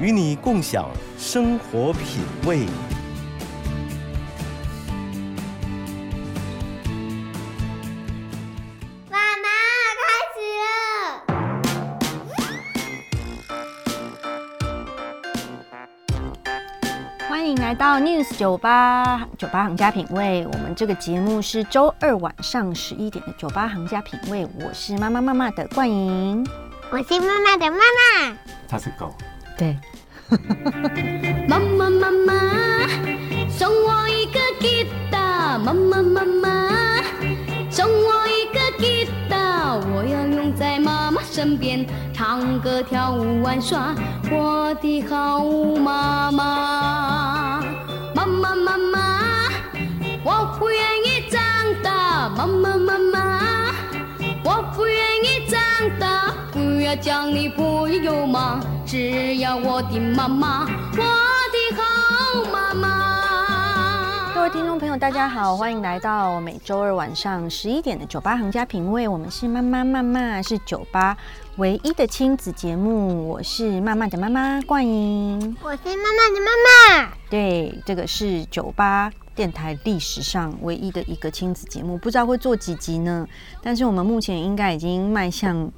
与你共享生活品味。妈妈，开始了！欢迎来到 News 酒吧，酒吧行家品味。我们这个节目是周二晚上十一点的酒吧行家品味。我是妈妈妈妈的冠莹。我是妈妈的妈妈。它是狗。对，妈妈妈妈，送我一个吉他。妈妈妈妈，送我一个吉他，我要用在妈妈身边，唱歌跳舞玩耍，我的好妈妈。妈妈妈妈，我不愿意长大。妈妈妈妈，我不愿意长大。不要讲你不要忙，只要我的妈妈，我的好妈妈。各位听众朋友，大家好，欢迎来到每周二晚上十一点的酒吧行家品味。我们是妈妈妈妈，是酒吧唯一的亲子节目。我是妈妈的妈妈冠莹。我是妈妈的妈妈。对，这个是酒吧电台历史上唯一的一个亲子节目，不知道会做几集呢？但是我们目前应该已经迈向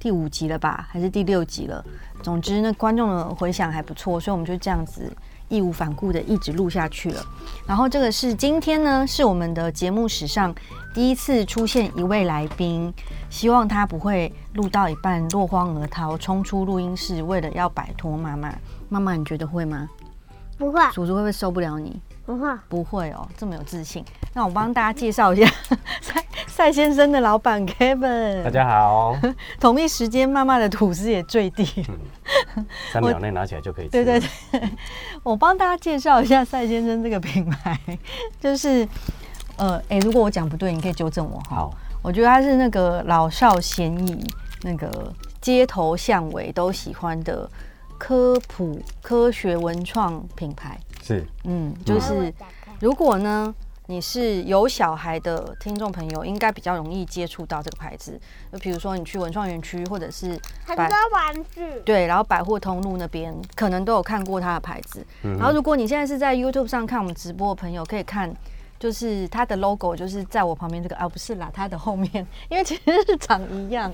第五集了吧，还是第六集了？总之呢，观众的回响还不错，所以我们就这样子义无反顾的一直录下去了。然后这个是今天呢，是我们的节目史上第一次出现一位来宾，希望他不会录到一半落荒而逃，冲出录音室，为了要摆脱妈妈。妈妈，你觉得会吗？不会，叔叔会不会受不了你？不会，不会哦，这么有自信。那我帮大家介绍一下赛赛先生的老板大 Kevin。家好，同一时间，妈妈的吐司也最低了。三秒内拿起来就可以吃。对对对，我帮大家介绍一下赛先生这个品牌，就是呃，哎、如果我讲不对，你可以纠正我哈。好，我觉得它是那个老少咸宜，那个街头巷尾都喜欢的科普科学文创品牌。是嗯，就是。我打开如果呢，你是有小孩的听众朋友，应该比较容易接触到这个牌子。就比如说你去文创园区，或者是很百多玩具，对，然后百货通路那边可能都有看过它的牌子。嗯然后如果你现在是在 YouTube 上看我们直播的朋友，可以看。就是它的 logo，就是在我旁边这个啊，不是啦，它的后面，因为其实是长一样，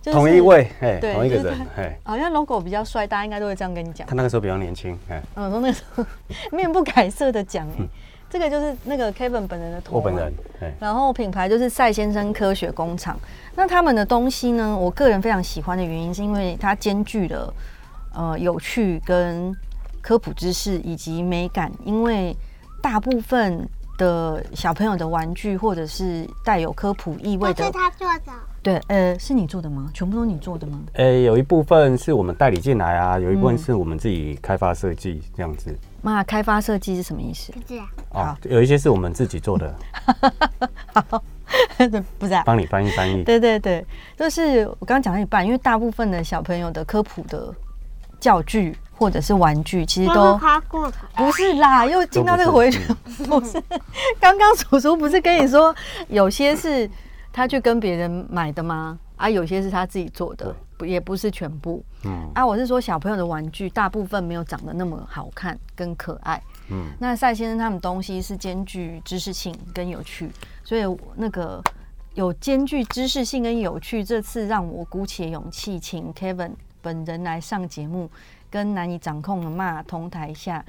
就是同一位，哎，对同一个就是人，哎，好像 logo 比较帅，大家应该都会这样跟你讲他。那个时候比较年轻，哎，嗯，从那个时候面不改色的讲、哎这个就是那个 Kevin 本人的头嘛，啊嗯我本人，哎，然后品牌就是赛先生科学工厂。那他们的东西呢，我个人非常喜欢的原因，是因为它兼具了呃有趣跟科普知识以及美感。因为大部分的小朋友的玩具或者是带有科普意味都是哦的，他做的。对，呃，是你做的吗？全部都你做的吗？哎，有一部分是我们代理进来啊，有一嗯部分是我们自己开发设计这样子。那开发设计是什么意 思？不是啊，哦，有一些是我们自己 做的，不是、啊，帮你翻译翻译。对对对，就是我刚刚讲到一半，因为大部分的小朋友的科普的教具或者是玩具，其实都都是他做的。不是啦，又进到那个都不回是嗯旋，不是。刚刚叔叔不是跟你说，有些是他去跟别人买的吗？啊，有些是他自己做的，不也不是全部。嗯啊，我是说小朋友的玩具大部分没有长得那么好看跟可爱。嗯那赛先生他们东西是兼具知识性跟有趣，所以那个有兼具知识性跟有趣，这次让我鼓起勇气请 Kevin 本人来上节目，跟难以掌控的骂同台下，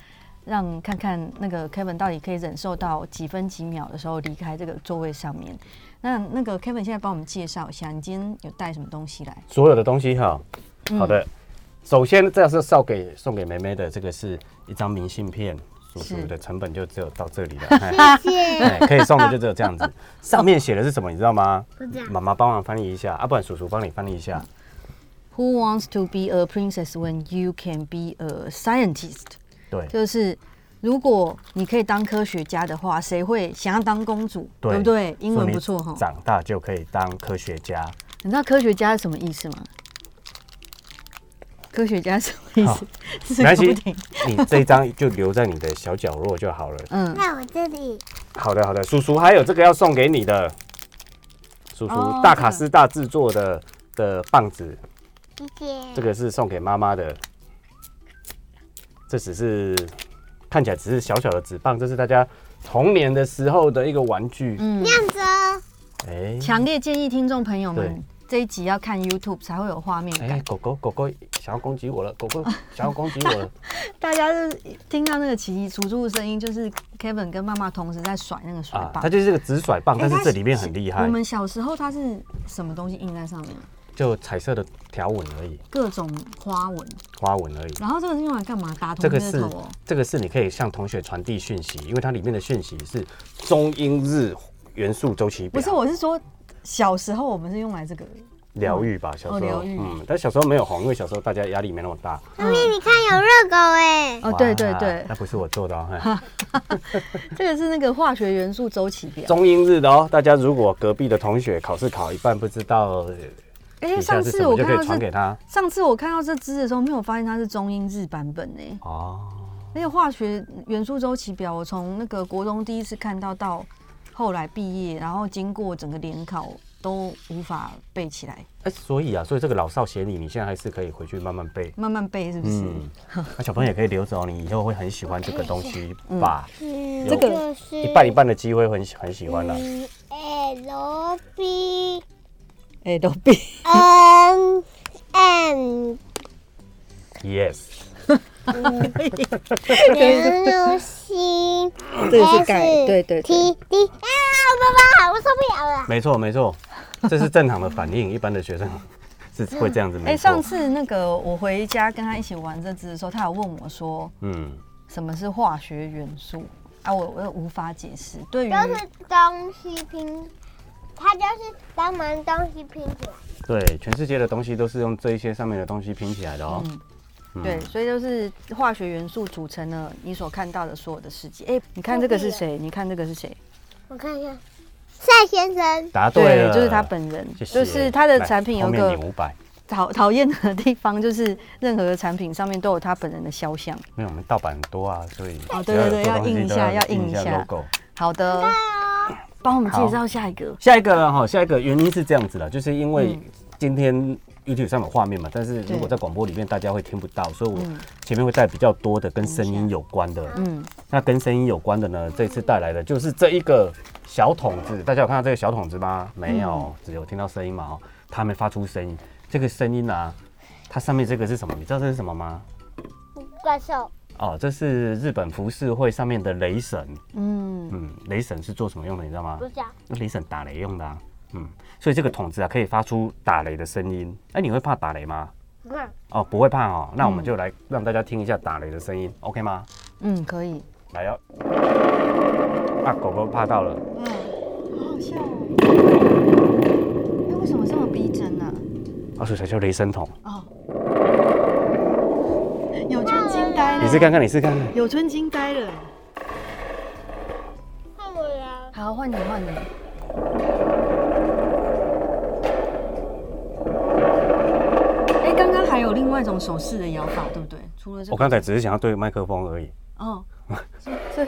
让看看那个 Kevin 到底可以忍受到几分几秒的时候离开这个座位上面。那那个 Kevin 现在帮我们介绍一下，你今天有带什么东西来？所有的东西哈。嗯好的，首先这是送给送给梅梅的，这个是一张明信片，所是属的成本就只有到这里 了。哎 谢谢。 哎，可以送的就只有这样子。上面写的是什么，你知道吗不知道？妈妈帮忙翻译一下，啊，不然叔叔帮你翻译一下。 Who wants to be a princess when you can be a scientist？对就是如果你可以当科学家的话，谁会想要当公主？对不对？英说文你不错哈。长大就可以当科学家。你知道科学家是什么意思吗？科学家是什么意好思？ 是没关搞不系定。你这一张就留在你的小角落就好了。嗯，在我这里，好的，好的，叔叔还有这个要送给你的，叔叔、哦大卡斯大制作的的棒子，谢谢。这个是送给妈妈的。这只是看起来只是小小的纸棒，这是大家童年的时候的一个玩具。嗯，这样子哦，哎、强烈建议听众朋友们对这一集要看 YouTube 才会有画面哎、感。啊狗狗狗狗想要攻击我了，狗狗想要攻击我了。大家是听到那个奇奇楚楚的声音，就是 Kevin 跟妈妈同时在甩 那个甩啊，棒。它就是这个直甩棒，但是它这里面很厉害我，们小时候它是什么东西印在上面？就彩色的条纹而已，各种花纹。花纹而已。然后这个是用来干嘛？打这同个学的是哦头哦。这个是你可以向同学传递讯息，因为它里面的讯息是中英日元素周期不表，是，我是说小时候我们是用来这个。疗愈吧，小时候，哦疗愈嗯，但小时候没有红，因为小时候大家压力没那么大。妈咪，你看有热狗哎，哦，对对哇对那，不是我 做的哦，嘿这个是那个化学元素周期表。中英日的哦。大家如果隔壁的同学考试考一半不知道呃哎、底下上是什次么，我就看可到以传给这，他上次我看到这支的时候，没有发现它是中英日版本呢、哦。那个化学元素周期表，我从那个国中第一次看到到后来毕业，然后经过整个联考都无法背起来，哎，所以啊，所以这个老少咸宜，你现在还是可以回去慢慢背。慢慢背是不是？嗯，那小朋友也可以留着哦，你以后会很喜欢这个东西吧？嗯，这个就是一半一半的机会很喜很喜欢啦。嗯，L B 哎、都背。 N M， Yes。然后 C 这个 S 是改对对对 T D 啊，爸爸，我受不了了。没错，没错，这是正常的反应，一般的学生是会这样子。哎、没上错，次那个我回家跟他一起玩这支的时候，他有问我说嗯，什么是化学元素啊，我我无法解释。对于就是东西拼，他就是帮忙东西拼起来。对，全世界的东西都是用这一些上面的东西拼起来的哦。嗯对，所以就是化学元素组成了你所看到的所有的世界。哎、你看这个是谁？你看这个是谁？我看一下，赛先生，答对了，就是他本人，谢谢，就是他的产品有一来后面领个五百，讨讨厌的地方，就是任何的产品上面都有他本人的肖像。因为我们盗版很多啊，所以哦对对对只有做东西要印一都下要要印一一下下 logo。好的，帮我们介绍下一个。下一个了哈，下一个原因是这样子的，就是因为嗯今天 YouTube 上有画面嘛，但是如果对在广播里面大家会听不到，所以我嗯前面会带比较多的跟声音有关的。嗯，那跟声音有关的呢，这次带来的就是这一个小桶子，大家有看到这个小桶子吗？没嗯有，只有听到声音嘛哦，它没发出声音。这个声音啊，它上面这个是什么？你知道这是什么吗？嗯怪兽，哦，这是日本浮世绘上面的雷神。嗯，嗯，雷神是做什么用的？你知道吗不？知啊道，雷神打雷用的、啊。嗯，所以这个桶子啊，可以发出打雷的声音。哎、你会怕打雷吗？嗯，哦，不会怕哦。那我们就来让大家听一下打雷的声音、o k 吗？嗯，可以。来哦。啊，狗狗怕到了。嗯，好好笑哦。哎，为什么这么逼真呢、啊，所以才叫雷声筒。哦，有春惊呆你试看看，你试看看。有春惊呆了。看我呀，好，换你，换你。哎、刚刚还有另外一种手势的摇法，对不对？除了这我个，刚才只是想要对麦克风而已，哦，这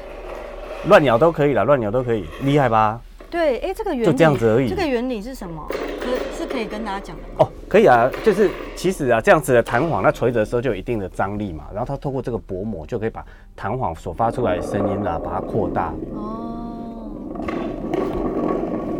乱咬都可以啦，乱咬都可以，厉害吧？对，哎、这个原理就这样子而已这个原理是什么？可是可以跟大家讲的吗。哦，可以啊，就是其实啊，这样子的弹簧，它垂直的时候就有一定的张力嘛，然后它透过这个薄膜就可以把弹簧所发出来的声音啊，把它扩大，哦，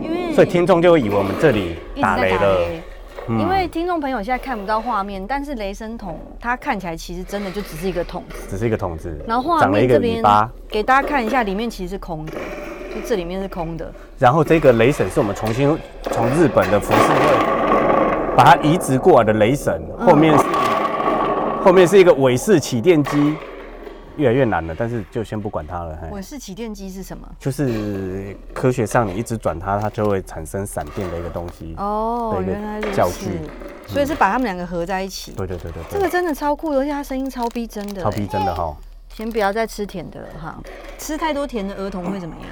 因为所以听众就会以为我们这里嗯一直在打雷了雷。嗯因为听众朋友现在看不到画面，但是雷声筒它看起来其实真的就只是一个筒子。只是一个筒子，然后画长了面一个这尾边巴，给大家看一下，里面其实是空的，就这里面是空的。然后这个雷神是我们重新从日本的浮世绘把它移植过来的雷神，嗯后面是、后面是一个尾式起电机，越来越难了，但是就先不管它了。我嘿是起电机是什么？就是科学上你一直转它，它就会产生闪电的一个东西。哦，对对原来如教此具，嗯所以是把它们两个合在一起。对对对对这对，个真的超酷的，而且它声音超逼真的欸。超逼真的哈，先不要再吃甜的了哈，吃太多甜的儿童会怎么样？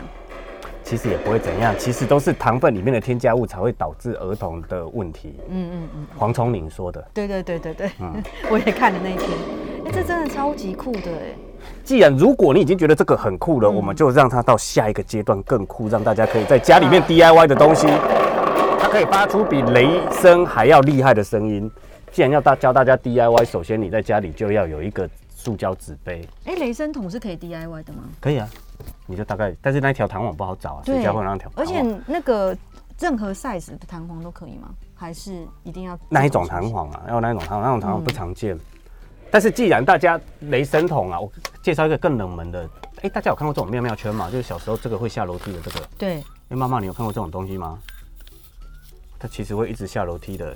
其实也不会怎样，其实都是糖分里面的添加物才会导致儿童的问题。嗯嗯嗯，黄崇林说的， 对对对对对，嗯 我也看了那一篇，哎、这真的超级酷的哎。既然如果你已经觉得这个很酷嗯了，我们就让它到下一个阶段更酷，让大家可以在家里啊面 DIY 的东西，它可以发出比雷声还要厉害的声音。既然要大教大家 DIY，首先你在家里就要有一个塑胶纸杯，哎、雷声筒是可以 DIY 的吗？可以啊，你就大概，但是那一条糖网不好找啊，所以家会有那条，而且那个任何 size 的弹簧都可以吗？还是一定要那一种弹簧啊，要那一种弹簧，那种弹嗯簧不常见。但是既然大家雷声筒啊，我介绍一个更冷门的，哎、大家有看过这种妙妙圈吗？就是小时候这个会下楼梯的这个，对，哎、妈妈，你有看过这种东西吗？它其实会一直下楼梯的，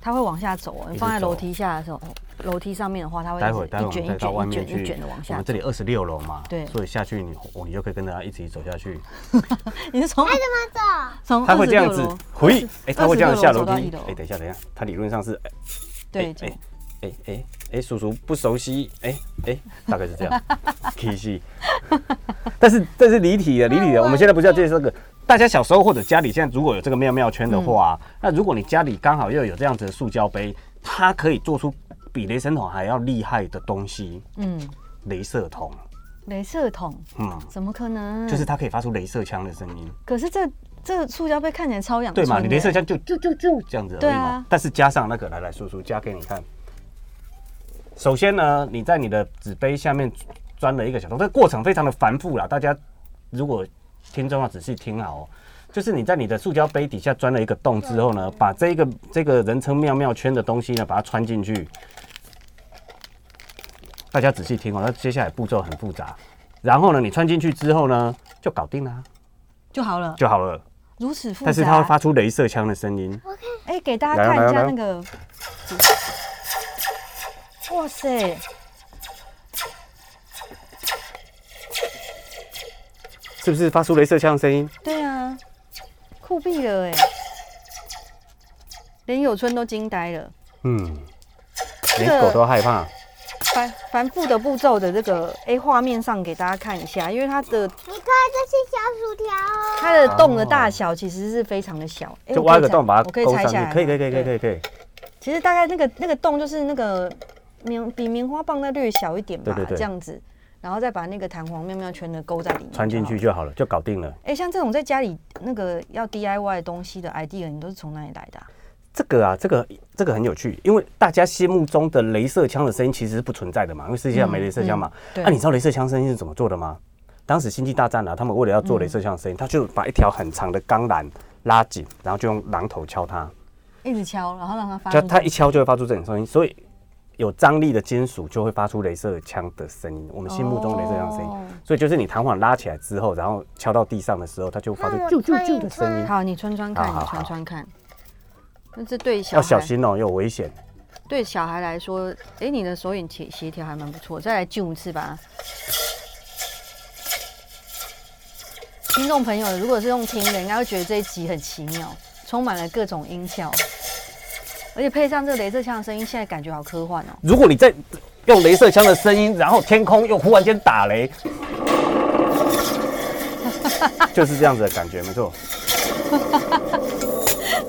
它会往下走，你一直放在楼走梯下的时候，楼梯上面的话，它会待会儿哦一待会儿我直们一卷再一到外卷一面卷去。一卷的往我下们这走。 里二十六楼嘛，对所以下去你哦我你就可以跟着它一起走下 去。你是从怎么走？从它会这样子26楼，哦回，哎、它会这样26下楼走梯到一楼。哎、等一下等一下，它理论上是，哎对，哎就哎哎哎，叔叔不熟悉，哎、哎、大概是这样 k i 但是但是离体的离体的，我们现在不是要介绍这个。大家小时候或者家里现在如果有这个妙妙圈的话、那如果你家里刚好又有这样子的塑胶杯，它可以做出比雷神筒还要厉害的东西，嗯，镭射筒，镭射筒嗯，怎么可能？就是，它可以发出镭射枪的声音，可是这这塑胶杯看起来超洋对嘛？春你的镭射枪就就就就这样子而对已嘛。啊但是加上那个，来来，叔叔加给你看。首先呢，你在你的纸杯下面钻了一个小洞，这个过程非常的繁复啦。大家如果听众要仔细听好、哦，就是你在你的塑胶杯底下钻了一个洞之后呢，把这个这个人称妙妙圈的东西呢，把它穿进去。大家仔细听哦，那接下来步骤很复杂。然后呢，你穿进去之后呢，就搞定啦，就好了，就好了。如此复杂。但是它会发出镭射枪的声音。哎、给大家来啊看来啊一下来啊那个，哇塞，是不是发出镭射枪的声音？对啊，酷毙了哎、连有春都惊呆了。嗯，这连个狗都害怕。繁繁复的步骤的这个 A 画面上给大家看一下，因为它的你看这是小薯条哦，它的洞的大小其实是非常的小，哎就我可以挖个拆洞把我它可以勾拆上下来吗，去，可以可以可以可以对可以可以，其实大概那个那个洞就是那个棉比棉花棒再略小一点吧，对对对这样子，然后再把那个弹簧妙妙圈的勾在里面，穿进去。就好了，就搞定了。哎、像这种在家里那个要 DIY 的东西的 idea，你都是从哪里来的啊、这个啊，这个这个很有趣，因为大家心目中的镭射枪的声音其实是不存在的嘛，因为世界上没镭射枪嘛。那、嗯对你知道镭射枪声音是怎么做的吗？当时星际大战啊，他们为了要做镭射枪的声音，他就把一条很长的钢缆拉紧，然后就用榔头敲它，一直敲，然后让它发出就它一敲就会发出这种声音，所以有张力的金属就会发出镭射枪的声音，我们心目中镭射枪的声音。哦所以就是你弹簧拉起来之后，然后敲到地上的时候，它就发出啾啾啾的声音。好，你穿穿看，好好你穿好穿看。那这对小要孩小心哦、有危险。对小孩来说，哎、你的手眼协协调还蛮不错，再来救一次吧。听众朋友，如果是用听的，应该会觉得这一集很奇妙，充满了各种音效，而且配上这个镭射枪的声音，现在感觉好科幻哦、如果你在用镭射枪的声音，然后天空又忽然间打雷， 就是这样子的感觉，没错。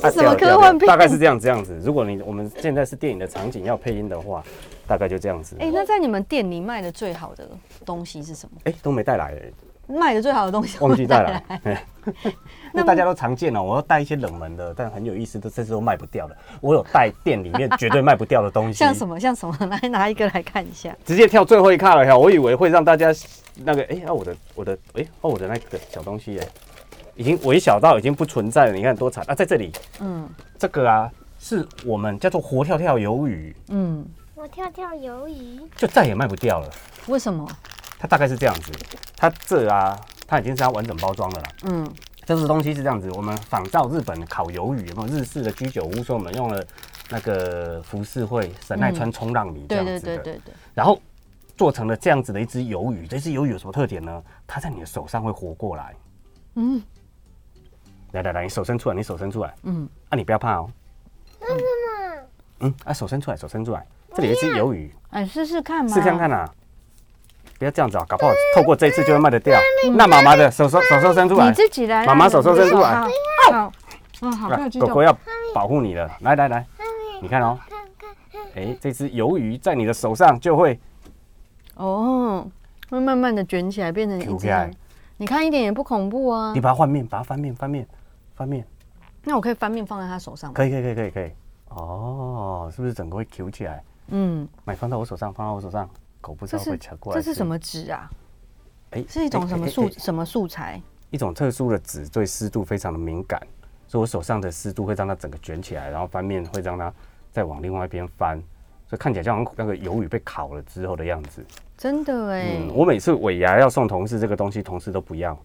啊什么掉了掉了科幻片大概是这样，这样子。如果你我们现在是电影的场景要配音的话，大概就这样子。哎、哎、那在你们店里卖的最好的东西是什么？都没带来、卖的最好的东 西，忘记带来。哎 那大家都常见了、哦我要带一些冷门的，但很有意思的，这次都卖不掉的。我有带店里面绝对卖不掉的东西，像什么像什么， 来拿一个来看一下。直接跳最后一卡了哈，我以为会让大家那个，哎、啊我的我的，哎、哦我的那个小东西哎，已经微小到已经不存在了，你看多惨啊！在这里，嗯这个啊是我们叫做活跳跳鱿鱼，嗯，我跳跳鱿鱼，就再也卖不掉了。为什么？它大概是这样子，它这啊它已经是它完整包装了啦。嗯这个东西是这样子，我们仿照日本烤鱿鱼，有没有日式的居酒屋，所以我们用了那个浮世绘神奈川冲浪米这对样对子嗯的，对对对，然后做成了这样子的一只鱿鱼。这只鱿鱼有什么特点呢？它在你的手上会活过来。嗯来来来，你手伸出来，你手伸出来，嗯，啊，你不要怕哦。嗯，啊，手伸出来，手伸出来，这里有一只鱿鱼，哎，试试看嘛，试看看啊。不要这样子啊，哎搞不好透过这一次就会卖得掉。那妈妈的手手手手伸出来你，自己来，妈妈手手伸出来好，好，嗯，好，不要激狗狗动。要保护你了。来来来，你看哦，看看哎，这只鱿鱼在你的手上就会哦，会慢慢的卷起来，变成一 Q 只起来样。你看一点也不恐怖啊你。把它换面，把它翻面，翻面，翻面，那我可以翻面放在他手上吗？可以，可以，可以，可以，可以。哦，是不是整个会 Q 起来？嗯，买放到我手上，放到我手上，狗不知这道会是抢过来。这是什？么纸啊？哎，是一种什么哎哎素哎什么素材？一种特殊的纸，对湿度非常的敏感，所以我手上的湿度会让它整个卷起来，然后翻面会让它再往另外一边翻，所以看起来就好像那个鱿鱼被烤了之后的样子。真的哎嗯，，我每次尾牙要送同事这个东西，同事都不要，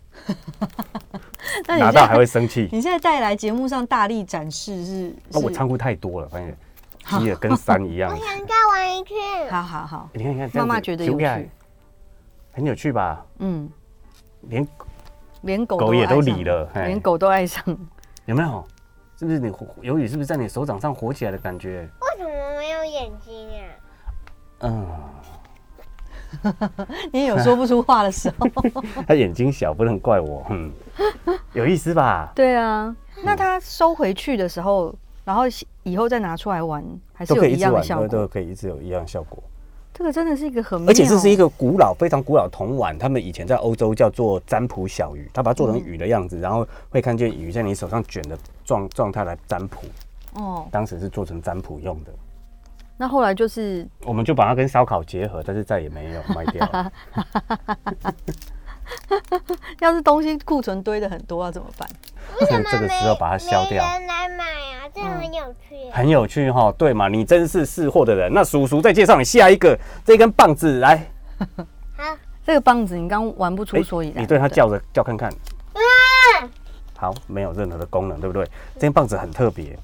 那你拿现到还在会生气。 你现在带来节目上大力展示是？那哦我是仓库太多了，发现积的跟山一 样哎我。想再玩一圈。好好好，你看你看，这妈样子妈觉得有揪起来趣，很有趣吧？嗯，连连狗狗也都理爱上了哎嘿连狗都爱上。 有没有？是不是你鱿鱼是不是在你手掌上火起来的感觉？为什么没有眼睛啊？ 嗯，你也有说不出话的时候。它眼睛小，不能怪我。嗯，有意思吧？对啊，嗯那它收回去的时候，然后以后再拿出来玩，还是有一样的效都果。可以一直有一样的效果。这个真的是一个很，哦而且这是一个古老、非常古老的铜碗，他们以前在欧洲叫做占卜小鱼，他把它做成嗯鱼的样子，然后会看见鱼在你手上卷的状状态来占卜。哦。当时是做成占卜用的，那后来就是我们就把它跟烧烤结合，但是再也没有卖掉 了。要是东西库存堆的很多要怎么办？这个时候把它消掉。嗯没人来买啊，这很有趣耶。很有趣哈、对嘛？你真是识货的人。那叔叔再介绍你下一个这根棒子来，好，这个棒子你刚玩不出所以然，哎你对它不叫着叫看看。嗯好，没有任何的功能，对不对？这根棒子很特别，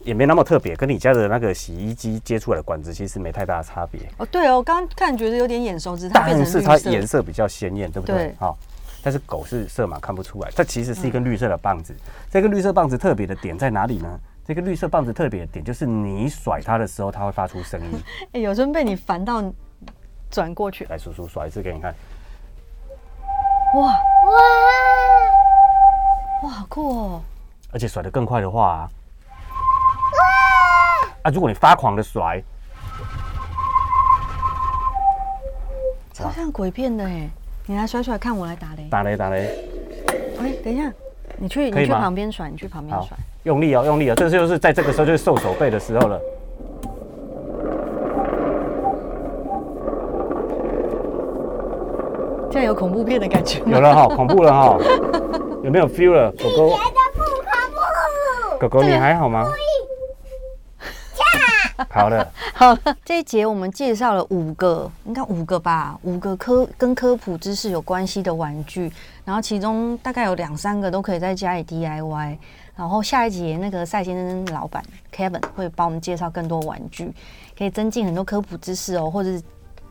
也没那么特别，跟你家的那个洗衣机接出来的管子其实没太大的差别，哦，对哦，我刚刚看觉得有点眼熟，只是它变但成是绿它色颜色比较鲜艳，对不对对？好、但是狗是色码看不出来，它其实是一根绿色的棒子。这根绿色棒子特别的点在哪里呢？这个绿色棒子特别的点就是你甩它的时候，它会发出声音。哎有时候被你烦到转过去，来，叔叔甩一次给你看。哇哇，哇，好酷哦！而且甩得更快的话啊，啊如果你发狂的甩，超像鬼片的哎，你来甩甩看，我来打雷。打雷打雷，哎，等一下，你去可以你去吗旁边甩，你去旁边好甩。，用力哦，用力哦，这就是在这个时候就是瘦手背的时候了。这样有恐怖片的感觉吗？有了哈、恐怖了哈、有没有 feel 了？狗狗，不可不，狗狗，你还好吗？好了，好了，这一节我们介绍了五个，应该五个吧，五个科跟科普知识有关系的玩具，然后其中大概有两三个都可以在家里 DIY。然后下一节那个赛先生老板 Kevin 会帮我们介绍更多玩具，可以增进很多科普知识哦，或者是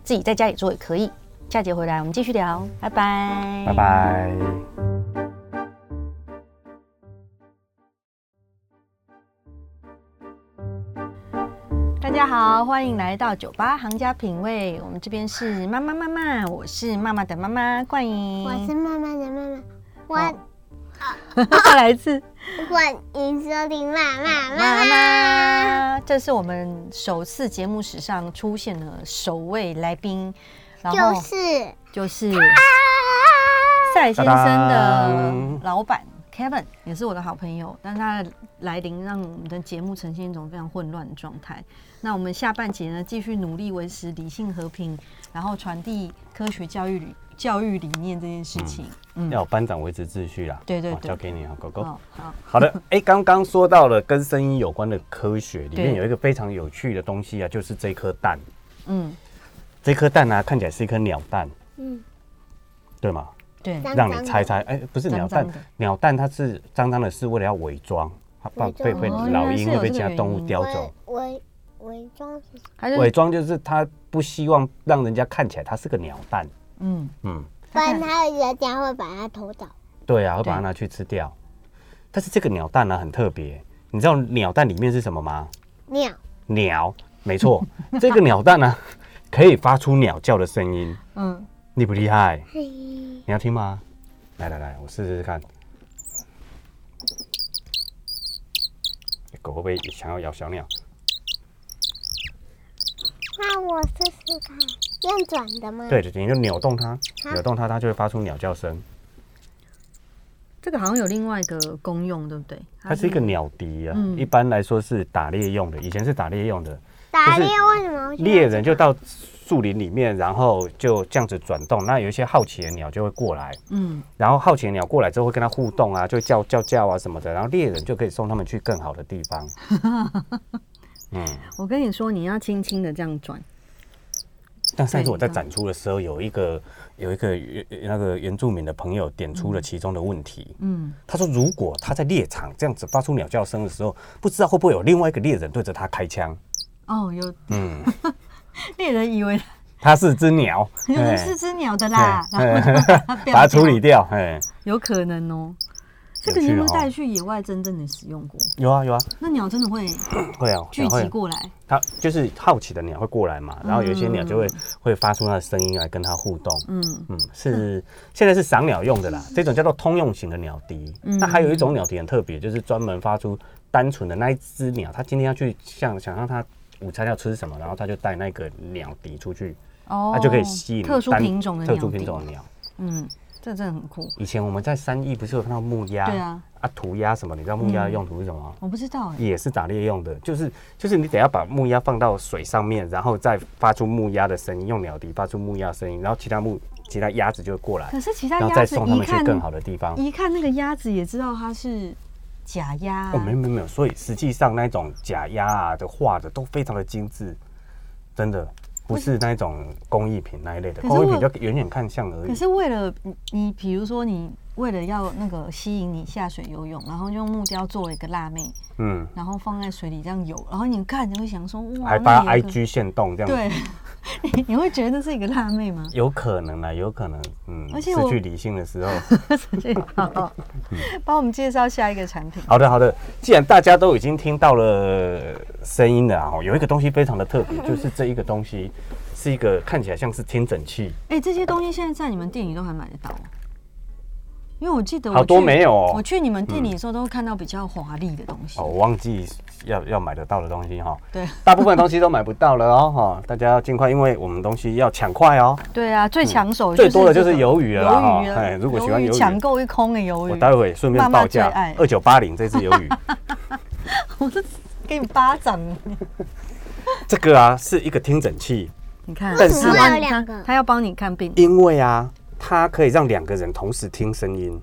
自己在家里做也可以。下节回来我们继续聊，拜拜，拜。拜。大家好，欢迎来到酒吧行家品味，我们这边是妈妈妈妈，我是妈妈的妈妈冠莹，我 是妈妈的妈妈，好我再来一次。欢迎收听妈妈妈妈。妈妈，这是我们首次节目史上出现的首位来宾，然就后是就是赛先生的老板 Kevin，也是我的好朋友，但是他的来临让我们的节目呈现一种非常混乱的状态。那我们下半节呢，继续努力维持理性和平，然后传递科学教育理教育理念这件事情。嗯，要有班长维持秩序啦。对对好对交给你啊，狗狗。好好，好 的，哎、刚刚说到了跟声音有关的科学，里面对有一个非常有趣的东西啊，就是这颗蛋。嗯，这颗蛋啊，看起来是一颗鸟蛋，嗯，对吗？对，脏让你脏的猜猜，哎、不是脏鸟蛋，脏的鸟蛋它是脏脏的，是为了要伪装，它怕伪装被被哦老原来是鹰有会被这其个他原动物因嗯叼走。我我我装是还伪是装就是它不希望让人家看起来它是个鸟蛋，嗯，嗯，不然他会人家会把它偷走。对啊，会对把它拿去吃掉。但是这个鸟蛋呢、啊很特别，你知道鸟蛋里面是什么吗？鸟， 啊鸟，没错，这个鸟蛋呢、可以发出鸟叫的声音。嗯，厉不厉害？嘿，你要听吗？来来来，我试试看。狗会不会想要咬小鸟？那我试试看，用转的嗯吗？对，你就扭动它，扭动它，它就会发出鸟叫声。这个好像有另外一个功用，对不对？它是一个鸟笛啊，嗯一般来说是打猎用的，以前是打猎用的。打就猎是为什么会去猎人就到树林里面，然后就这样子转动，那有一些好奇的鸟就会过来，嗯，然后好奇的鸟过来之后会跟它互动啊，就叫叫叫啊什么的，然后猎人就可以送他们去更好的地方。嗯，我跟你说，你要轻轻的这样转，但上次我在对嗯展出的时候，有一个有一个原那个原住民的朋友点出了其中的问题。嗯，他说，如果他在猎场这样子发出鸟叫声的时候，不知道会不会有另外一个猎人对着他开枪。哦，有 嗯，猎人以为他是只鸟，原来哎是只鸟的啦，哎然后就把它把标它掉处理，掉。哎，有可能哦。这个有你有没有趣哦带去野外真正的使用过？有啊有啊，那鸟真的会会啊，聚会集啊。过来，它就是好奇的鸟会过来嘛，然后有一些鸟就会、会发出它的声音来跟它互动。嗯，嗯，是现在是赏鸟用的啦，这种叫做通用型的鸟笛。嗯那还有一种鸟笛很特别，就是专门发出单纯的那一只鸟，它今天要去想想让它午餐要吃什么，然后它就带那个鸟笛出去，哦它就可以吸引特殊单品种的鸟，特殊品种的，鸟。嗯，这真的很酷。以前我们在三义不是有看到木鸭？对啊，啊涂鸦什么？你知道木鸭的嗯用途是什么吗？我不知道哎，也是打猎用的，就是就是你得要把木鸭放到水上面，然后再发出木鸭的声音，用鸟笛发出木鸭的声音，然后其他木其他鸭子就会过来可，是其他然后鸭再子送他一们去看更好的地方。一看那个鸭子也知道它是假鸭啊，哦，没有没有没有，所以实际上那种假鸭啊的画的都非常的精致，真的不是那种工艺品那一类的，可是工艺我品就远远看像而可已。是为了你你，比如说你为了要那个吸引你下水游泳，然后用木雕做了一个辣妹，嗯，然后放在水里这样游，然后你看你会想说哇，还那发有一个 IG 限动这样子，对， 你你会觉得那是一个辣妹吗？ 有可能啊，有可能，嗯，而且失我去理性的时候。好，哦嗯 帮我们介绍下一个产品。好的，好的。既然大家都已经听到了声音了啊，哦有一个东西非常的特别，就是这一个东西是一个看起来像是听诊器，哎、这些东西现在在你们店里都还买得到吗？哦因为我记得我好多去没有哦我去你们店里的时候都看到比较华丽的东西。哦，我忘记要要买得到的东西哈、对大部分东西都买不到了哦，哈、大家要尽快，因为我们东西要抢快哦。对啊，最抢手、嗯最多的就是鱿鱼了啦鱿鱼哈了哎如果喜欢鱿鱼抢购一空的鱿鱼，我待会顺便报价爸妈，二九八零这只鱿鱼，我就给你巴掌。这个啊是一个听诊器，你看，但是他帮为什么要你有两个他他要帮你看病，因为啊它可以让两个人同时听声音。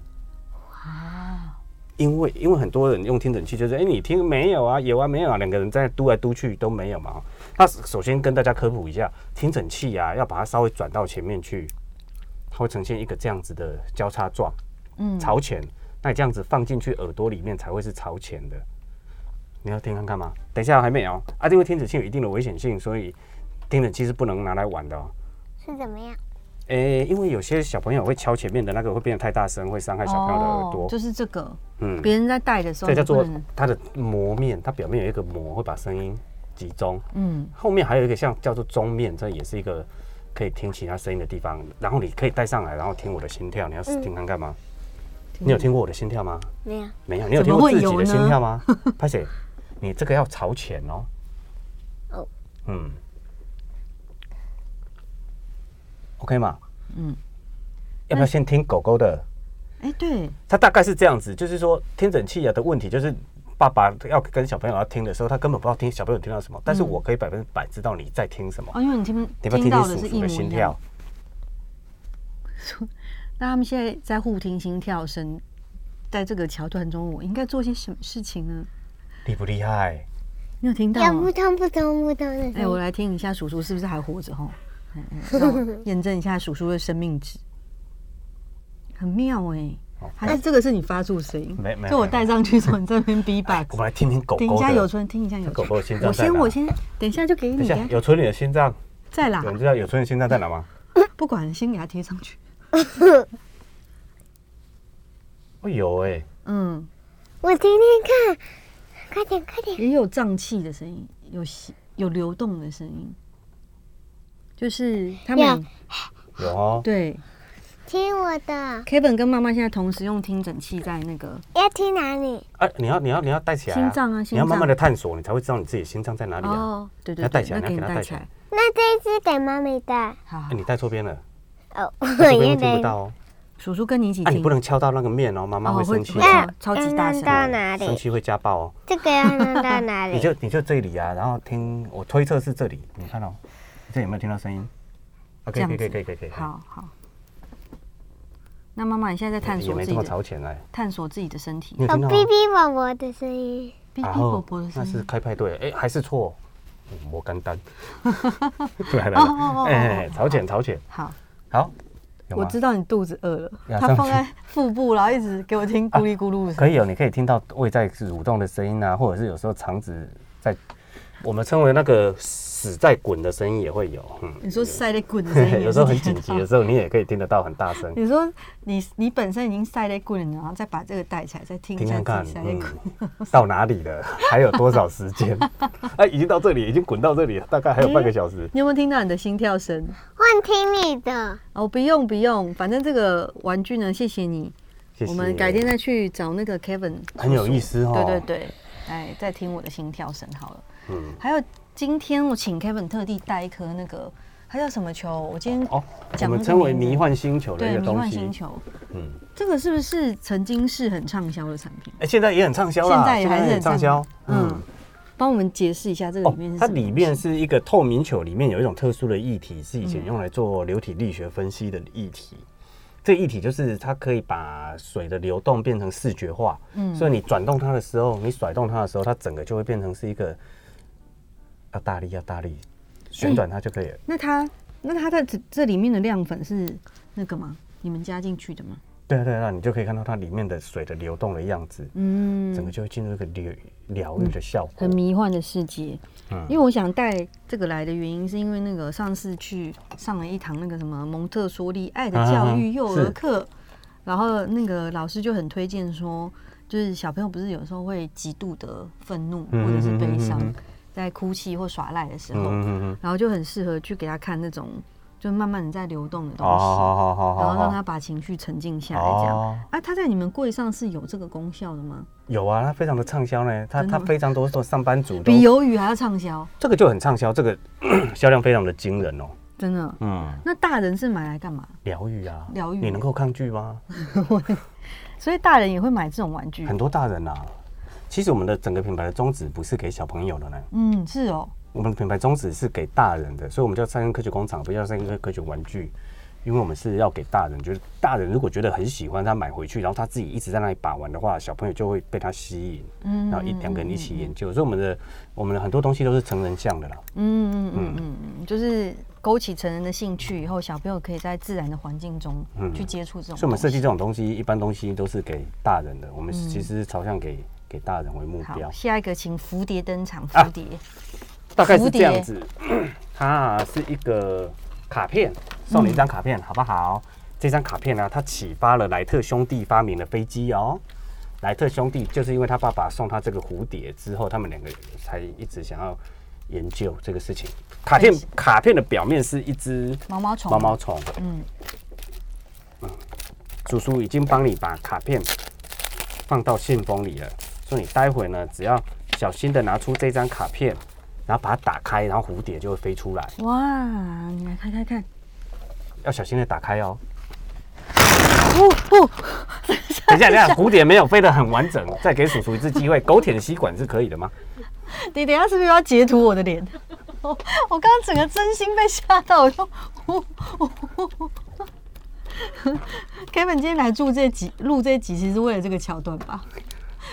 因为因为很多人用听诊器就是，哎、你听没有啊？有啊，没有啊？两个人在嘟来嘟去都没有嘛。那首先跟大家科普一下，听诊器啊，要把它稍微转到前面去，它会呈现一个这样子的交叉状，嗯朝前。那你这样子放进去耳朵里面才会是朝前的。你要听看看吗？等一下还没有啊，因为听诊器有一定的危险性，所以听诊器是不能拿来玩的、哦。是怎么样？诶、因为有些小朋友会敲前面的那个，会变得太大声，会伤害小朋友的耳朵。哦就是这个，嗯别人在戴的时候，这叫做你不能它的膜面，它表面有一个膜会把声音集中，嗯，后面还有一个像叫做中面，这也是一个可以听其他声音的地方。然后你可以戴上来，然后听我的心跳，你要嗯试听看看吗？你有听过我的心跳吗？没有，没有，你有怎听么过会自己有呢的心跳 吗？拍姐，你这个要朝前哦。哦嗯，OK 嘛？嗯嗯，要不要先听狗狗的？哎、对，它大概是这样子，就是说听诊器啊的问题，就是爸爸要跟小朋友要听的时候，他根本不知道听小朋友听到什么，但是我可以百分之百知道你在听什么。哦，因为你听你要不要听听听到的叔是叔一模的一心样跳，？那他们现在在互听心跳声，在这个桥段中，我应该做些什么事情呢？厉不厉害？你有听到要吗扑？通扑通扑通的哎、声我音。来听一下叔叔是不是还活着哈，嗯嗯 让我验证一下叔叔的生命值，很妙哎、还是这个是你发出的声音？没没就我没戴上去之后，你这边 B 我 box。们来听听狗等一狗下，有的。春听一下有狗春。狗的心脏我在先，哪？我先，等一下就给等你一下，等一下有存你的心啊脏，再啦有，人知道有存你的心脏在哪 吗？不管先给它贴上去。哦，有哎、嗯，我听听看，快点快点，也有胀气的声音，有吸有流动的声音，就是他有们有哦，对听我的， ，Kevin 跟妈妈现在同时用听诊器在那个要听哪里？啊，你要你要你要带起来、心脏啊你心要慢脏慢的探索，你才会知道你自己心脏在哪里啊。哦，对对要带对，起来那给你你要给带它带起起来来，那这一只给妈咪的。好，好哎，你带错 边了，哦，带错我边也会听得不。到哦。叔叔跟你一起啊，你听不，能敲到那个面哦，妈妈哦会会生气会哦哦，超级大声要呃嗯弄到哪生里？气会家暴哦。这个要弄到哪 你里？就你就这里啊，然后听我推测是这里，你看哦，这有没有听到声音？啊，可以这样可子以可以可以可以可以。好好。那妈妈，你现在在探也索没自这己么嗯的哦超前哎，探索自己的身体你，有哦，听到吗哔？哔宝宝的声音，哔然哔后啵啵的啊那声是音，开派对，哎，还是错，嗯我 干 单。来来哦哦哦哦来，哎，朝前朝前，好。好，有我吗知道你肚子饿了，呀他这样放在腹部，然后一直给我 听咕哩咕噜的声可以哦，你可以听到胃在蠕动的声音啊，或者是有时候肠子在，我们称为那个屎在滚的声音也会有，嗯音。，你说塞得滚的声音，有时候很 紧急的。时候，你也可以听得到很大声。 你说你你本身已经塞得滚了，然后再把这个带起来，再听一听下看看自己，塞得嗯滚。，到哪里了？还有多少时 间？哎，已经到这里，已经滚到这里了，大概还有半个小时。你有没有听到你的心跳声？换听你的。哦，不用不用，反正这个玩具呢，谢谢你。谢谢。我们改天再去找那个 Kevin，很有意思哦。对对，对，哎，再听我的心跳声好了。嗯，还有今天我请 Kevin 特地带一颗那个，它叫什么球？我今天哦，我讲那们个称为名字迷幻星球的一对个迷东幻星西。球，嗯，这个是不是曾经是很畅销的产品？哎，现在也很畅销啦，现在也还是很畅销。嗯，帮我们解释一下这个哦里面是，它什么东西里面是一个透明球，里面有一种特殊的液体，是以前用来做流体力学分析的液体。这液体就是它可以把水的流动变成视觉化，嗯所以你转动它的时候，你甩动它的时候，它整个就会变成是一个要大力要大力旋转它就可以了。那它那它的这这里面的亮粉是那个吗？你们加进去的吗？对啊对啊对啊，你就可以看到它里面的水的流动的样子，嗯，整个就会进入一个疗疗愈的效果很。迷幻的世界。嗯因为我想带这个来的原因，是因为那个上次去上了一堂那个什么蒙特梭利爱的教育啊幼儿是课，然后那个老师就很推荐说，就是小朋友不是有时候会极度的愤怒嗯或者是悲伤嗯嗯嗯，在哭泣或耍赖的时嗯候，嗯嗯，然后就很适合去给他看那种就慢慢的在流动的东好好西，好好好好，然后让他把情绪沉静下来这样。啊，它在你们柜上是有这个功效的吗？有啊，它非常的畅销呢，它真的它吗非常多做上班族都比鱿鱼还要畅销，这个就很畅销，这个 销量非常的惊人哦。真的。嗯，那大人是买来干嘛？疗愈啊，疗愈嗯你能够抗拒吗？所以大人也会买这种玩具很。多大人啊，其实我们的整个品牌的宗旨不是给小朋友的呢，嗯，是哦，我们的品牌宗旨是给大人的，所以我们叫三生科学工厂，不叫三生科学玩具。因为我们是要给大人，就是大人如果觉得很喜欢，他买回去，然后他自己一直在那里把玩的话，小朋友就会被他吸引，嗯然后一两个人一起研究。所以我们的我们的很多东西都是成人向的啦。嗯嗯嗯嗯嗯，就是勾起成人的兴趣以后，小朋友可以在自然的环境中嗯去接触这种东西。嗯所以我们设计这种东西，一般东西都是给大人的，我们其实是朝向给、给大人为目标好，，下一个请蝴蝶登场，啊蝴蝶、大概是这样子。 它啊是一个卡片，送你一张卡片，好不好？这张卡片呢、啊它启发了莱特兄弟发明的飞机哦。莱特兄弟就是因为他爸爸送他这个蝴蝶之后，他们两个才一直想要研究这个事情。卡片开始卡片的表面是一只毛毛虫、毛毛虫，嗯叔叔已经帮你把卡片放到信封里了，所以你待会呢，只要小心的拿出这张卡片，然后把它打开，然后蝴蝶就会飞出来。哇，你来看看看，要小心的打开哦。哦哦，等一下，等一下，蝴蝶没有飞得很完整，再给叔叔一次机会。狗舔吸管是可以的吗？你等一下是不是要截图我的脸？ 我我刚刚整个真心被吓到，我就 Kevin 今天来住这集录这集，其实为了这个桥段吧，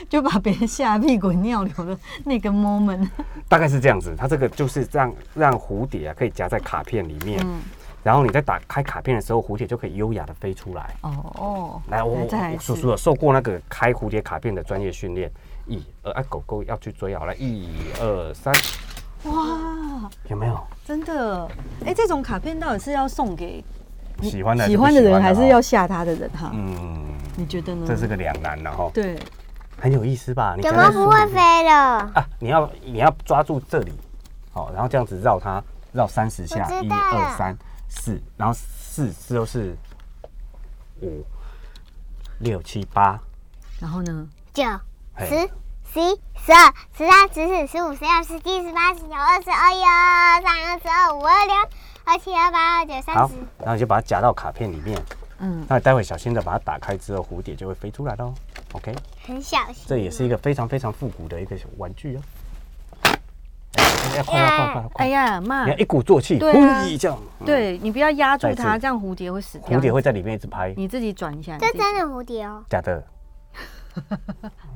就把别人吓得屁滚尿流的那个 moment。大概是这样子，它这个就是让让蝴蝶啊可以夹在卡片里面，嗯然后你在打开卡片的时候，蝴蝶就可以优雅的飞出来。哦哦，来，我再来一我次叔叔有受过那个开蝴蝶卡片的专业训练。一二，啊，狗狗要去追好了，一二三，哇，有没有真的，哎、这种卡片到底是要送给喜欢的喜欢的人，不还哦是要吓他的人哈？嗯，你觉得呢？这是个两难了哈，对，很有意思吧？你怎夹在么不会树上飞了？啊？你要你要抓住这里，好，然后这样子绕它绕三十下，我知一道了二三四，然后四，这就是五、六、七、八，然后呢？九、嘿十、十一、十二、十三、十四、十五、十六、十七、十八、十九、二十、二一、二二、三、二十二、五、二六、二七、二八、二九、三好十。，然后你就把它夹到卡片里面。嗯，那待会小心的把它打开之后，蝴蝶就会飞出来喽。OK，很小心。这也是一个非常非常复古的一个玩具哦。哎哎快快快快哎快！呀妈你要，一鼓作气，对啊呼一这样，对你不要压住再次它，这样蝴蝶会死掉。蝴蝶会在里面一直拍。你自己转一下。你这自己真的蝴蝶哦，假的，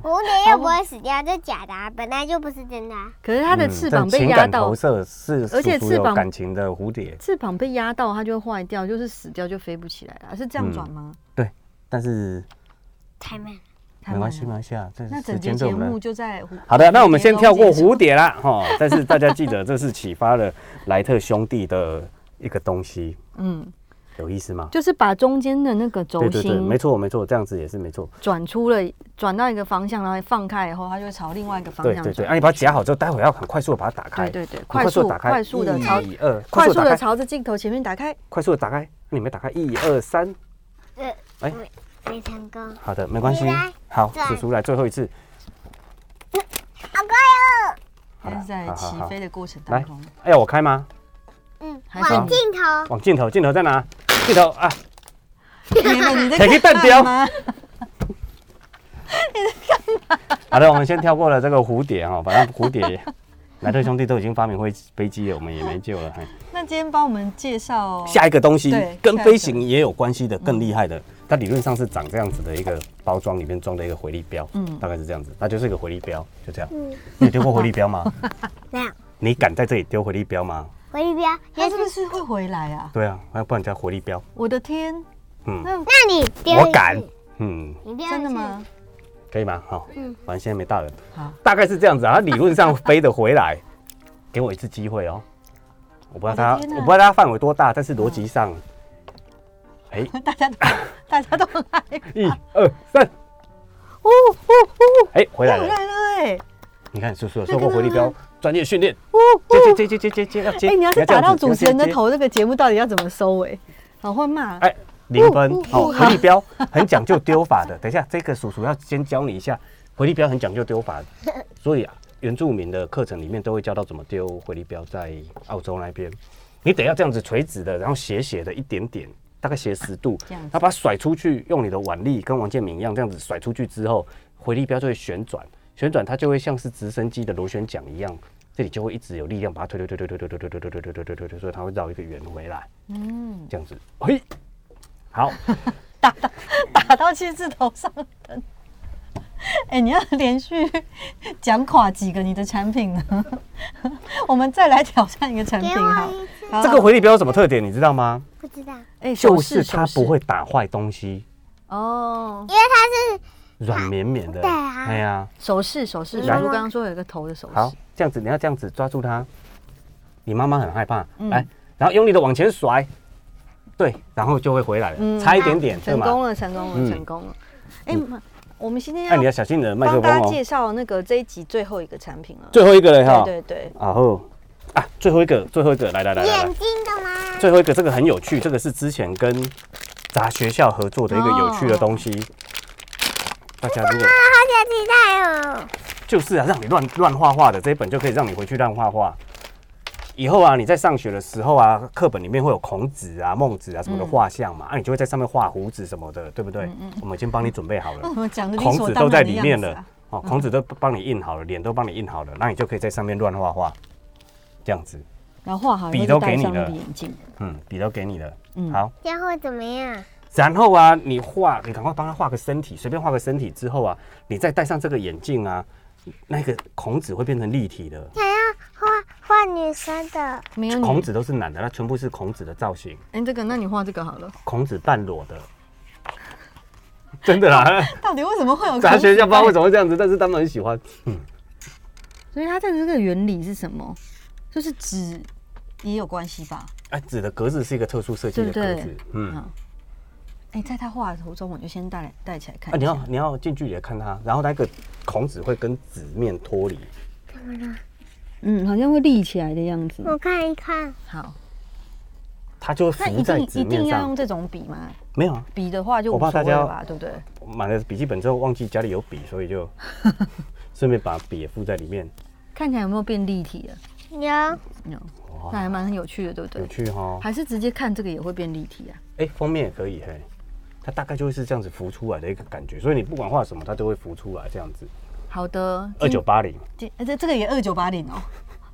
蝴蝶又不会死掉，这假的、啊，本来就不是真的、啊。可是它的嗯翅这膀被情压感到投，射是而且属于翅有膀感情的蝴蝶，翅膀被压到它就会坏掉，就是死掉就飞不起来了，啊是这样转吗？但是太慢了，太没慢了关系，没关系啊，这哦那时整节间对节我目们。就在蝴好的，那我们先跳过蝴蝶中蝴结束蝶啦，哈。但是大家记得，这是启发了莱特兄弟的一个东西，嗯，有意思吗？就是把中间的那个轴对对对，心没错没错，这样子也是没错。转出了，转到一个方向，然后放开以后，它就会朝另外一个方对向对对，转。啊，你把它夹好之后，待会要很快速的把它打开。对对对，你快速速地打开，快速的朝一二，快快速速的的打开，朝着镜头前面打开，快速的打开，那你们打开一二三，呃，哎没没成功，好的，没关系你来。好，转叔叔来最后一次，好快哦！好但了是在好好起好飞的过程当来中，，哎呀，我开吗？嗯，还是往镜头，往镜头，镜头在哪？镜头啊，你们 你在谁去蛋雕干嘛？好的，我们先跳过了这个蝴蝶哈，反正蝴蝶，莱特兄弟都已经发明会飞机了，我们也没救了。嘿那今天帮我们介绍哦下一个东西对跟下一个嗯飞行也有关系的，更厉害的，它理论上是长这样子的一个包装，里面装的一个回力镖，嗯大概是这样子，它就是一个回力镖，就这样。嗯，你有丢过回力镖吗？ 那样你敢在这里丢回力镖吗？回一边，它就是不是会回来啊？对啊，要不然叫回力镖。我的天，嗯，那那你丢一次我敢，，嗯，你丢一次真的？吗？ 可以吗？好，嗯，反正现在没大人，好，大概是这样子啊。他理论上飞得回来，给我一次机会哦。我不知道他，我的天哪我不知道他范围多大，但是逻辑上，哎，大家都大家都来，一二三，呜呜哎，回来呜，回了。来了哎！你看，叔叔有受过回力镖专业训练，呜接呜，接接接接接要接。哎，你要是这打样到子主持人的，要头，这个节目到底要怎么收尾？好会骂 这样接，哎，零分哦。回力镖很讲究丢法的，等一下这个叔叔要先教你一下，回力镖很讲究丢法，所以啊原住民的课程里面都会教到怎么丢回力镖，在澳洲那边，你得要这样子垂直的，然后斜斜的一点点，大概斜十度，这样子然后把它甩出去，用你的腕力跟王建民一样这样子甩出去之后，回力镖就会旋转，旋转它就会像是直升机的螺旋桨一样。这里就会一直有力量把它推推推推推推推推推推推推推推推推，所以它会绕一个圆回来，嗯，这样子。嘿，好，打到气质头上的灯。哎，你要连续讲垮几个你的产品呢？ 我们再来挑战一个产给品我哈。一次，好这个回力镖有什么特点，你知道吗？不知道，哎，手就势是它手势不会打坏东西，哦，因为它是软绵绵的。对啊哎呀，手势手势，叔来叔刚刚说有一个头的手好势，，这样子你要这样子抓住它。你妈妈很害怕，嗯来，然后用力的往前甩，对，然后就会回来了，嗯差一点点，对成功吗？了，成功嗯了，成功了。哎，妈我们今天哎那你要要小心你的麦克帮风大家哦介。绍那个这一集最后一个产品了。最后一个了哈，对对对，然后啊，最后一个，最后一个，来来哎来来来眼，睛的吗？最后一个这个很有趣，这个是之前跟杂学校合作的一个有趣的东西。大家如果好想期待哦！就是啊，让你乱乱画画的这一本就可以让你回去乱画画。以后啊，你在上学的时候啊，课本里面会有孔子啊、孟子啊什么的画像嘛，啊，你就会在上面画胡子什么的，对不对？嗯我们已经帮你准备好了我，们哦讲的啊孔子都在里面了，哦，嗯孔子都帮你印好了，脸都帮你印好了，那你就可以在上面乱画画，这样子，然后画好以后笔都就给戴你上那了个眼镜，嗯，笔都给你了，嗯好。这样会怎么样？然后啊，你画，你赶快帮他画个身体，随便画个身体之后啊，你再戴上这个眼镜啊，那个孔子会变成立体的。想要画画女生的，没有孔你，子都是男的，那全部是孔子的造型，哎，这个，那你画这个好了。孔子半裸的， 真的啦。到底为什么会 有？杂学校不知道为么？什么会这样子，但是他们很喜欢。嗯，所以它这个这个原理是什么？就是纸也有关系吧？哎，纸的格子是一个特殊设计的格对不对子，嗯。嗯。哎，在他画的途中，我就先带带起来看啊，一你下。要你要近距离地看它，然后那个孔子会跟纸面脱离，嗯，好像会立起来的样子。我看一看。好，它就那浮一在定纸一面定要上用。这种笔吗？没有啊，笔的话就我无怕所谓大家了吧，对不对？买了笔记本之后忘记家里有笔，所以 就顺便把笔也附在里面。看起来有没有变立体了？有有，哇那还蛮有趣的，对不有对？趣哈。还是直接看这个也会变立体啊？哎、封面也可以嘿，它大概就会是这样子浮出来的一个感觉，所以你不管画什么，它都会浮出来这样子。好的，二九八零，今，今呃这这个也二九八零哦。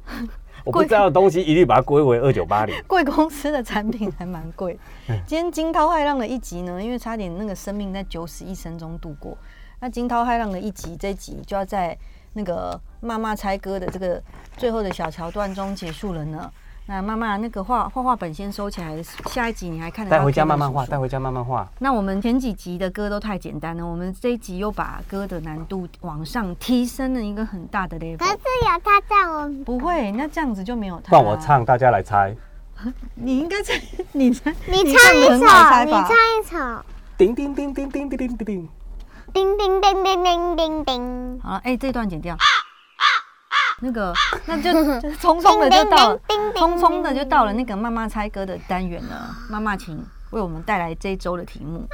我不知道的东西一律把它归为二九八零。贵公司的产品还蛮贵。今嗯天惊涛骇浪的一集呢，因为差点那个生命在九死一生中度过。那惊涛骇浪的一集，这一集就要在那个妈妈猜歌的这个最后的小桥段中结束了呢。那妈妈那个画画画本先收起来，下一集你还看得到带回家慢慢给你画，数数带回家慢慢画。那我们前几集的歌都太简单了，我们这一集又把歌的难度往上提升了一个很大的可是 level。有他在我们不会，那这样子就没有他。换我，唱，大家来猜。你应该猜，你猜，你唱一首，得很你好猜吧唱一首，叮叮叮叮叮叮叮叮叮。叮叮叮叮叮叮叮，好了，哎、这段剪掉。那个，那就就匆匆的就到了，匆匆的就到了那个妈妈猜歌的单元了。妈妈，请为我们带来这一周的题目。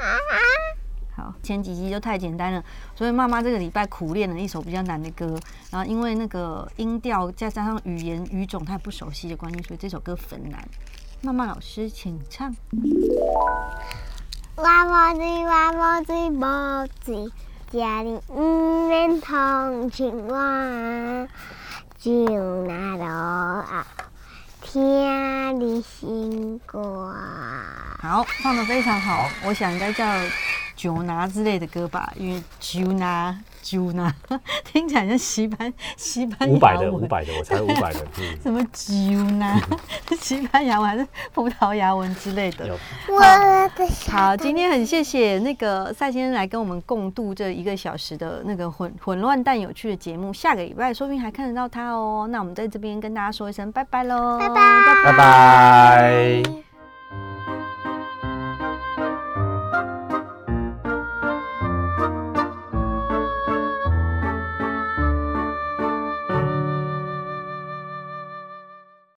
好，前几集就太简单了，所以妈妈这个礼拜苦练了一首比较难的歌，然后因为那个音调再加上语言语种她不熟悉的关系，所以这首歌很难。妈妈老师，请唱。我无醉，我无醉，无醉，家里唔免同情我，就那路啊，听你心歌。好，唱的非常好，我想应该叫酒拿之类的歌吧，因为酒拿酒拿 听起来像西班西班牙文。五百的，五百的，我猜五百的。嗯，什么酒拿？ 西班牙文还是葡萄牙文之类的？有我的小好，今天很谢谢那个赛先生来跟我们共度这一个小时的那个混混乱但有趣的节目，下个礼拜说不定还看得到他哦。那我们在这边跟大家说一声拜拜喽，拜拜，拜拜。拜拜。